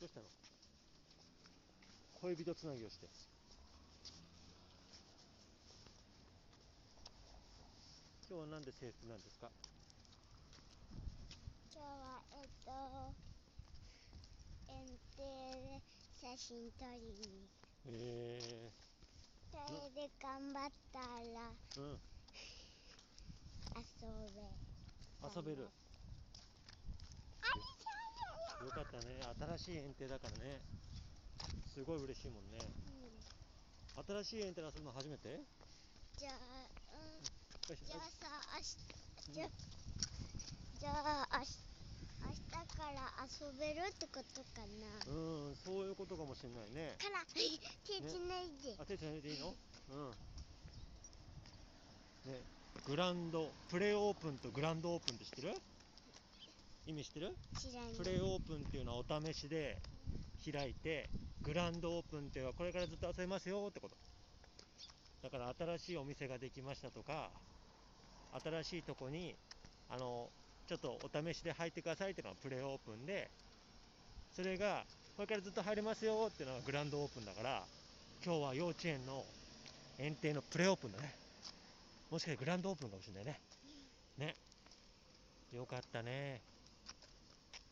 どうしたの恋人つなぎをして今日はなんで制服なんですか今日はえっと園庭で写真撮りにえそれで頑張ったらー、うん遊べ遊べるよありそかうったね新しい園庭だからねすごい嬉しいもんねうん新しい園庭で遊ぶの初めてよじゃあ、うん、しじゃあさ明日うんじゃじゃあ明日明日から遊べるってことかなうんそういうことかもしれないねから手つないで、あ手つないでいいのうんねグランドプレオープンとグランドオープンって知ってる意味知ってる知らんプレオープンっていうのはお試しで開いてグランドオープンっていうのはこれからずっと遊べますよってことだから新しいお店ができましたとか新しいとこにあのちょっとお試しで入ってくださいっていうのがプレオープンでそれがこれからずっと入れますよっていうのがグランドオープンだから今日は幼稚園の園庭のプレオープンだねもしかしてグランドオープンかもしれないねねよかったね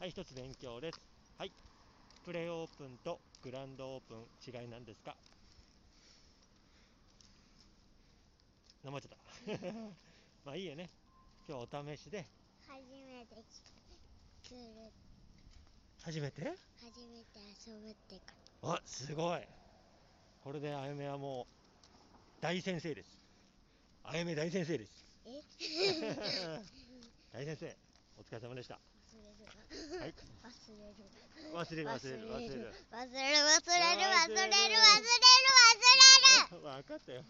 はい、一つ勉強です。はい、プレオープンとグランドオープン、違いなんですかなまっちゃった。 まあいいよね。今日お試しで、初めて来る初めて初めて遊ぶってこあ、すごい。これであゆめはもう、大先生です。あゆめ大先生です。と え大先生、お疲れ様でした。忘はれるい、忘れる忘れる忘れる忘れる。忘れる忘れる忘れる忘れる忘れる忘れる 分かったよ。